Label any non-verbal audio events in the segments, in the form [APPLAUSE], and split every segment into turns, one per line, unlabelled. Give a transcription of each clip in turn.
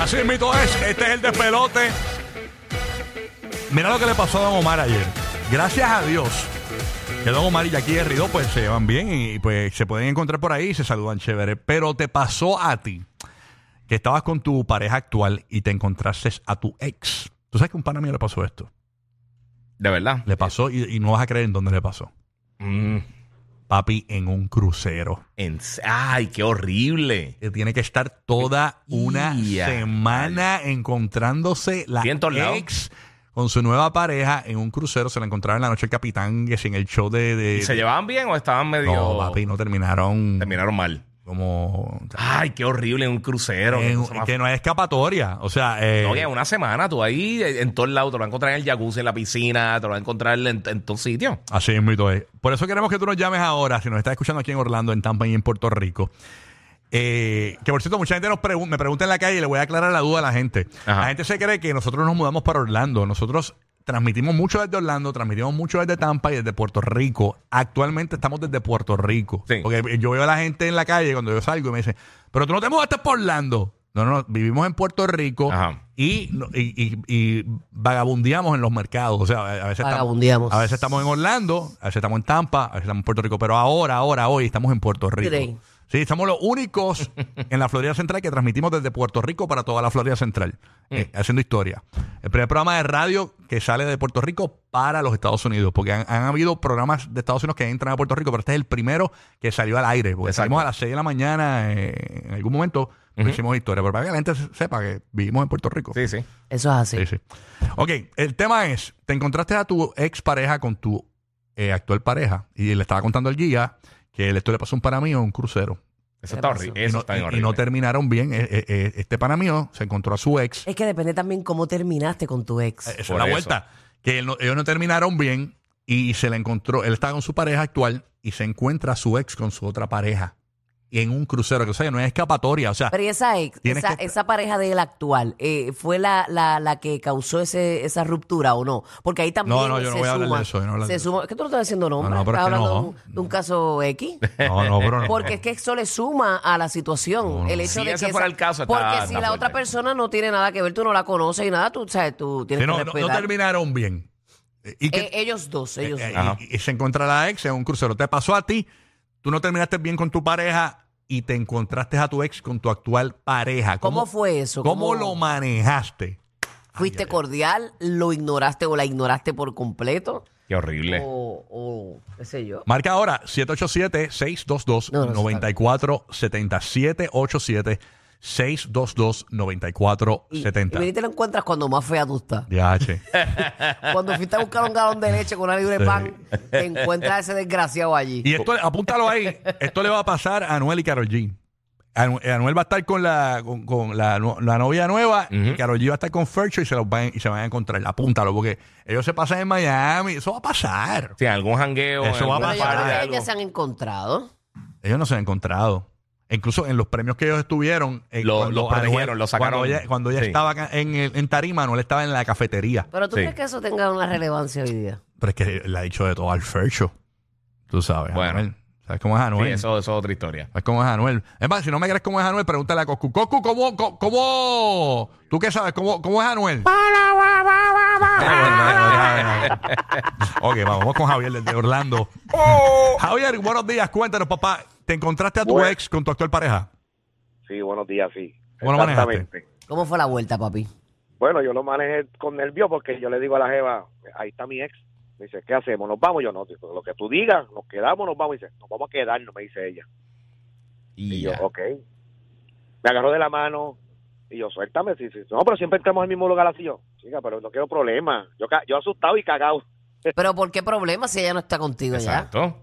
Así mito es, este es el despelote. Mira lo que le pasó a Don Omar ayer. Gracias a Dios que Don Omar y Jackie Herrido pues se van bien y pues se pueden encontrar por ahí y se saludan chévere. Pero te pasó a ti que estabas con tu pareja actual y te encontraste a tu ex. Tú sabes que a un pana mío le pasó esto.
De verdad.
Le pasó y, y no vas a creer en dónde le pasó.
Mm,
Papi, en un crucero.
en s- ay, qué horrible.
Que tiene que estar toda una
Ya.
semana encontrándose la
Bien tornado.
ex con su nueva pareja en un crucero. Se la encontraba en la noche el capitán, que si en el show de... de-
¿Y ¿Se llevaban bien o estaban medio.?
Eh, no, papi, no terminaron
Terminaron mal.
como...
Ay, qué horrible en un crucero.
en-
Eso más-
que no hay escapatoria. O sea, eh,
Oye, una semana tú ahí eh, en todos lados. Te lo vas a encontrar en el jacuzzi, en la piscina, te lo vas a encontrar en, en todo sitio.
Así es, mito es. Por eso queremos que tú nos llames ahora, si nos estás escuchando aquí en Orlando, en Tampa y en Puerto Rico. Eh, que por cierto, mucha gente nos pregun- me pregunta en la calle y le voy a aclarar la duda a la gente.
Ajá.
La gente se cree que nosotros nos mudamos para Orlando. Nosotros transmitimos mucho desde Orlando, transmitimos mucho desde Tampa y desde Puerto Rico. Actualmente estamos desde Puerto Rico.
Sí.
Porque yo veo a la gente en la calle cuando yo salgo y me dicen, pero tú no te mudaste por Orlando. No, no, no, vivimos en Puerto Rico
Ajá.
y, no- y, y- y vagabundeamos en los mercados. O sea, a a veces estamos-
Vagabundeamos.
a veces estamos en Orlando, a veces estamos en Tampa, a veces estamos en Puerto Rico, pero ahora, ahora, hoy estamos en Puerto
Miren.
Rico. Sí, somos los únicos en la Florida Central que transmitimos desde Puerto Rico para toda la Florida Central, eh, haciendo historia. El primer programa de radio que sale de Puerto Rico para los Estados Unidos, porque han, han habido programas de Estados Unidos que entran a Puerto Rico, pero este es el primero que salió al aire, porque
Exacto.
salimos a las 6 de la mañana eh, en algún momento, pues, hicimos historia, pero para que la gente se- sepa que vivimos en Puerto Rico.
Sí, sí.
Eso es así.
Sí, sí. Ok, el tema es, te encontraste a tu ex pareja con tu eh, actual pareja y le estaba contando al guía que esto le pasó a un pana mío en un crucero.
¿Qué
Eso está
pasó?
horrible.
y,
Eso
no,
está
y- y
bien
no
horrible.
terminaron bien. Eh, eh, eh, este pana mío se encontró a su ex.
Es que depende también cómo terminaste con tu ex.
Esa es
Por
la
eso.
vuelta. Que él no- ellos no terminaron bien y se le encontró, él estaba con su pareja actual y se encuentra a su ex con su otra pareja. Y en un crucero, que o sea, no es escapatoria. O sea,
Pero ¿y esa ex,
Tienes
esa,
que-
esa pareja de él actual, eh, ¿fue la, la, la que causó ese, esa ruptura o no? Porque ahí también
No, no, yo no
se
voy a hablar
suma,
de eso, yo no voy a hablar
se
de eso.
suma- Es que tú no estás diciendo nombre,
No, no, pero
estás
es que
hablando
no.
de un- de un caso X.
no, no, pero no.
[LAUGHS] Porque es que eso le suma a la situación. El hecho
Si
de
ese
que
fuera
esa-
el caso, está-
Porque si
está
la otra
fuerte.
persona no tiene nada que ver, tú no la conoces y nada, tú, sabes, tú tienes
Sí, no,
que
no- no
respetar.
terminaron bien. Y que,
Eh, ellos dos, ellos
Eh,
dos.
Ajá.
y, y se encuentra la ex en un crucero. Te pasó a ti, tú no terminaste bien con tu pareja y te encontraste a tu ex con tu actual pareja.
¿Cómo fue eso?
¿Cómo,
¿Cómo-
lo manejaste?
¿Fuiste cordial? ¿Lo ignoraste o la ignoraste por completo?
Qué horrible.
O, o qué sé yo.
Marca ahora 787-622-9470.
No, no,
787-622-9470.
Y veniste lo encuentras cuando más fea tú estás.
Ya, che.
Cuando fuiste a buscar un galón de leche con una
[LAUGHS]
libra de pan, te encuentras a ese desgraciado allí.
Y esto, apúntalo ahí. Esto le va a pasar a Anuel y Karol G. Anu- Anuel, va a estar con la, con, con la, nu- la novia nueva y Karol G va a estar con Fercho y se, los van, y se van a encontrar. Apúntalo, porque ellos se pasan en Miami. Eso va a pasar.
Sí, algún jangueo.
Eso
en
va a
alguna
Pero yo
pasar.
creo
parte,
que
algo.
ellos se han encontrado.
Ellos no se han encontrado. Incluso en los premios que ellos estuvieron. eh,
Lo-
cuando
los protegieron,
Anuel-
los sacaron.
Cuando ella, cuando ella
Sí.
estaba acá en, el- en Tarima, Anuel estaba en la cafetería.
Pero tú
Sí.
crees que eso tenga una relevancia hoy día.
Pero es que le ha dicho de todo al Fercho. Tú sabes,
Bueno.
Anuel. ¿Sabes cómo es Anuel?
Sí, eso, eso es otra historia.
¿Sabes cómo es Anuel? Es más, si no me crees cómo es Anuel, pregúntale a Coscu. Coscu, ¿cómo, co- cómo, tú qué sabes, cómo, cómo es Anuel? [LAUGHS] ok, vamos, vamos con Javier desde Orlando. Javier, buenos días, cuéntanos, papá. ¿Te encontraste a tu
Oh. Bueno.
ex con tu actual pareja?
Sí, buenos días, sí.
¿Cómo lo manejaste?
Exactamente.
¿Cómo fue la vuelta, papi?
Bueno, yo lo manejé con nervio porque yo le digo a la jeva, ahí está mi ex. Me dice, ¿qué hacemos? ¿Nos vamos? Yo no, digo, lo que tú digas, nos quedamos, nos vamos. Y dice, nos vamos a quedarnos, me dice ella. Y
Y
yo,
ya.
ok. Me agarró de la mano y yo, suéltame. Sí, sí. No, pero siempre entramos al mismo lugar así. Yo, chica, pero no quiero problema. Yo, ca- yo asustado y cagado.
Pero ¿por qué problema si ella no está contigo ya?
Exacto.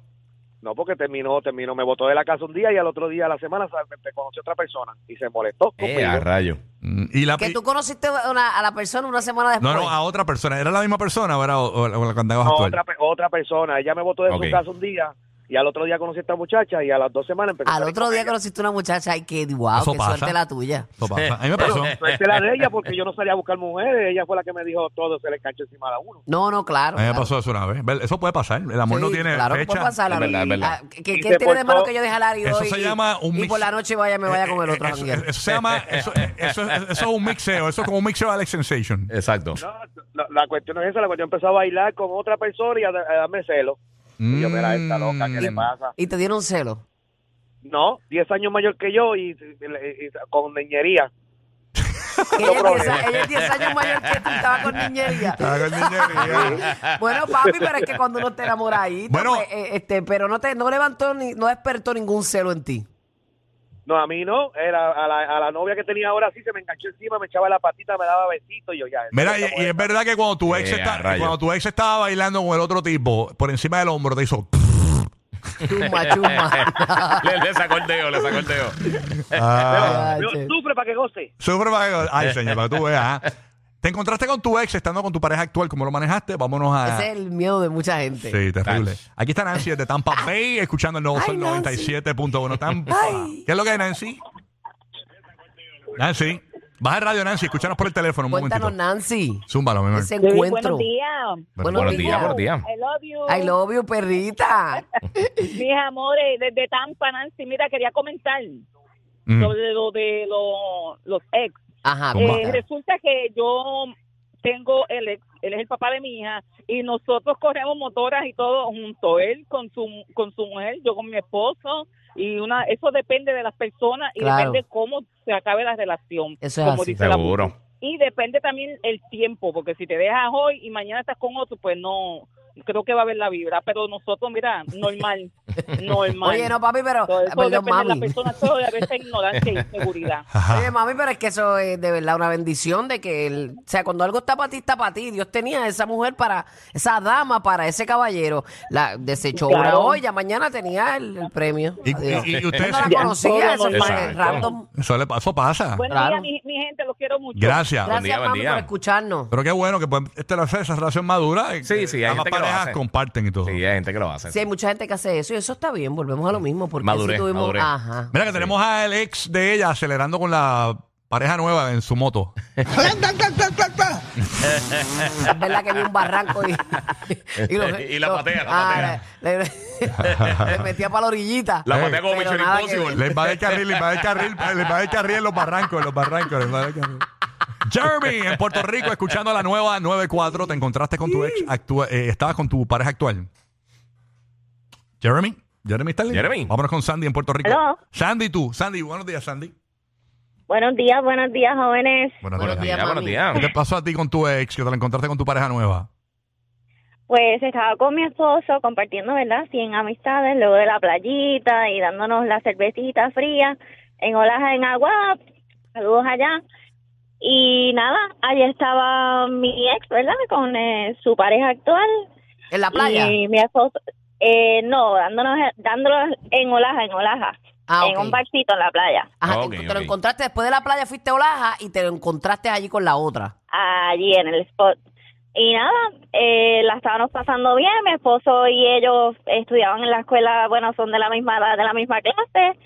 No, porque terminó, terminó, me botó de la casa un día y al otro día de la semana sa- me, me conoció otra persona y se molestó conmigo.
Eh, a rayo.
Mm, Y la
Que
pi-
tú conociste una- a la persona una semana después.
No, no, a otra persona. ¿Era la misma persona o era o- o- o la que andabas
No,
actual?
otra, pe- otra persona, ella me botó de
Ok.
su casa un día y al otro día conocí a esta muchacha y a las dos semanas empecé a
Al
salir
otro
con
día
ella.
conociste una muchacha. Ay, qué guau,
Eso
qué
pasa.
suerte la tuya.
Eso pasa. A mí me
[LAUGHS]
pasó.
Suerte la de ella porque yo no salía a buscar mujeres, ella fue la que me dijo todo, se le cancha encima a la uno.
No, no, claro.
A mí me
claro.
pasó eso una vez. Ver, Eso puede pasar. El amor
Sí,
no tiene
claro que
fecha.
puede pasar,
Es
Lalo.
verdad, es verdad.
Ah, ¿Qué, qué
Y se
tiene de
portó-
malo que yo deje al Ari
Eso
hoy
se
y-
llama un
y,
mix-
por la noche vaya me vaya a comer otro
eso,
jangueo?
eso se llama. Eso, eso- eso- eso es un mixeo. Eso es como un mixeo de Alex Sensation.
[LAUGHS]
Exacto.
No, la, la cuestión no es esa, la cuestión empezó a bailar con otra persona y a, a darme celo. Y yo, mira, esta loca, ¿qué le
Mm.
pasa?
Y te dieron celo.
No, 10 años mayor que yo y, y- y- con niñería.
Ella es, 10,
problema.
ella es 10 años mayor que tú y estaba con niñería.
Ah, con niñería.
Bueno, papi, pero es que cuando uno te enamora ahí,
Bueno.
pues, eh, este, pero no te, no levantó ni, no despertó ningún celo en ti.
No, a mí no, era a la, a la novia que tenía ahora sí se me enganchó encima, me echaba la patita, me daba besitos y yo ya.
Mira, y,
esta
y
mujer-
es verdad que cuando tu ex
Eh, a
está-
rayos.
cuando tu ex estaba bailando con el otro tipo, por encima del hombro te hizo. [LAUGHS]
Chuma,
[LAUGHS]
chuma.
le, le sacó el dedo, le sacó el dedo.
Ah,
Yo,
che.
sufre para que goce.
Sufre para que- Ay, señor, para que tú veas. ah. Te encontraste con tu ex estando con tu pareja actual, ¿cómo lo manejaste? Vámonos a.
Ese es el miedo de mucha gente.
Ah. Sí, terrible. Aquí está Nancy desde Tampa Bay, escuchando el nuevo
Ah. Ay,
Sol
Nancy.
97.1 Tampa.
Ay.
¿Qué es lo que es, Nancy? Nancy, baja el radio, Nancy, escúchanos por el teléfono un
Cuéntanos,
momentito.
Nancy.
Zúmbalo, mi amor.
Ese
Sí,
encuentro.
buenos días.
Buenos
Buenos días,
días.
buenos días.
I love you.
I love you, perrita.
Mis amores, desde Tampa, Nancy, mira, quería comentar
Mm.
sobre lo de lo- los ex.
Ajá,
Tumba.
Eh,
cuéntanos.
resulta que yo tengo el ex, él es el papá de mi hija, y nosotros corremos motoras y todo junto, él con su, con su mujer, yo con mi esposo, y una eso depende de las personas y
Claro.
depende cómo se acabe la relación.
Eso es
como
así.
dice la
Seguro.
Y depende también el tiempo, porque si te dejas hoy y mañana estás con otro, pues no, creo que va a haber la vibra. Pero nosotros,
[LAUGHS]
mira, normal, normal.
Oye, no, papi, pero.
Todo eso
Perdón,
depende de la
mami.
persona, todo debe ser ignorancia e
[LAUGHS]
inseguridad.
Ajá.
Oye, mami, pero es que eso es de verdad una bendición de que, el- o sea, cuando algo está para ti, está para ti. Dios tenía a esa mujer para, esa dama para ese caballero. La desechó una
Claro.
olla, mañana tenía el, el premio.
Y,
Adiós.
y- y
Yo
ustedes.
no la
Ya,
conocía, eso
todo
fue
normal.
random.
Eso, le, eso pasa.
Buen
Claro.
día, mi, mi gente, los quiero mucho.
Gracias.
Gracias,
día, buen
mami,
día.
por escucharnos.
Pero qué bueno que pueden establecer esa relación madura. y
Sí, sí, hay
Ambas
gente que lo
parejas
hace.
comparten y todo.
Sí, hay gente que lo hace.
Sí, hay mucha gente que hace eso y eso está bien. Volvemos a lo mismo. Porque
Madurez,
si tuvimos.
madurez.
Ajá.
Mira que tenemos al ex de ella acelerando con la pareja nueva en su moto.
Es verdad que vi un barranco y.
[LAUGHS]
ah,
Y la patea, la patea.
le, le [LAUGHS] metía para la orillita.
La patea como
Eh, Pero
Mission
nada que
Impossible.
Les va el carril, les va el carril, les va el carril en los barrancos, en los barrancos, les va el carril. Jeremy, en Puerto Rico, escuchando la nueva 94, te encontraste con tu ex actual, eh, estabas con tu pareja actual. Jeremy, Jeremy está en línea?
Jeremy.
Vámonos con Sandy en Puerto Rico.
Aló.
Sandy, tú, Sandy, buenos días, Sandy.
Buenos días, buenos días, jóvenes.
Buenos días,
Ya, buenos
mami. [LAUGHS]
días.
¿Qué pasó a ti con tu ex que te la encontraste con tu pareja nueva?
Pues estaba con mi esposo compartiendo, ¿verdad? 100 amistades, luego de la playita y dándonos la cervecita fría en Olaja, en Agua. Saludos allá. Y nada, allí estaba mi ex, ¿verdad? Con eh, su pareja actual.
En la playa.
Y mi esposo, eh, no, dándonos, dándonos en Olaja, en Olaja.
Ah,
En
ok.
un barcito en la playa.
Ajá,
Ok,
te, te
ok.
lo encontraste después de la playa, fuiste a Olaja y te lo encontraste allí con la otra.
allí en el spot. Y nada, eh, la estábamos pasando bien, mi esposo y ellos estudiaban en la escuela, bueno, son de la misma edad, de la misma clase.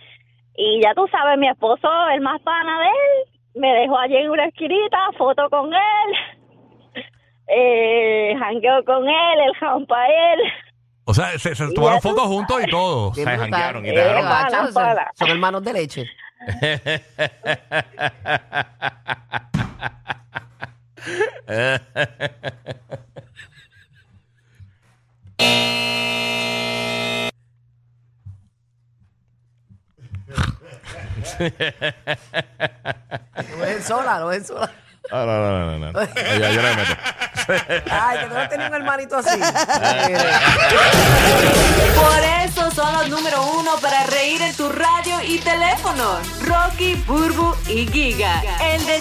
Y ya tú sabes, mi esposo, el más pana de él, me dejó allí en una esquinita, foto con él, [LAUGHS] eh, jangueo con él, el jam pa' él.
O sea, se, se
Ya
tomaron
tú
fotos juntos y todo.
Qué
sea,
brutal.
janguearon y
Eh,
dejaron.
macho,
Pala,
son-
pala.
Son hermanos de
[LAUGHS]
leche. No ven sola, no ven sola.
No, no, no, no, no. no. Yo, yo no me meto.
Ay, que tú no tenías un hermanito así.
[LAUGHS]
Eh.
Por eso son los número uno para reír en tu radio y teléfono. Rocky, Burbu y Giga. El de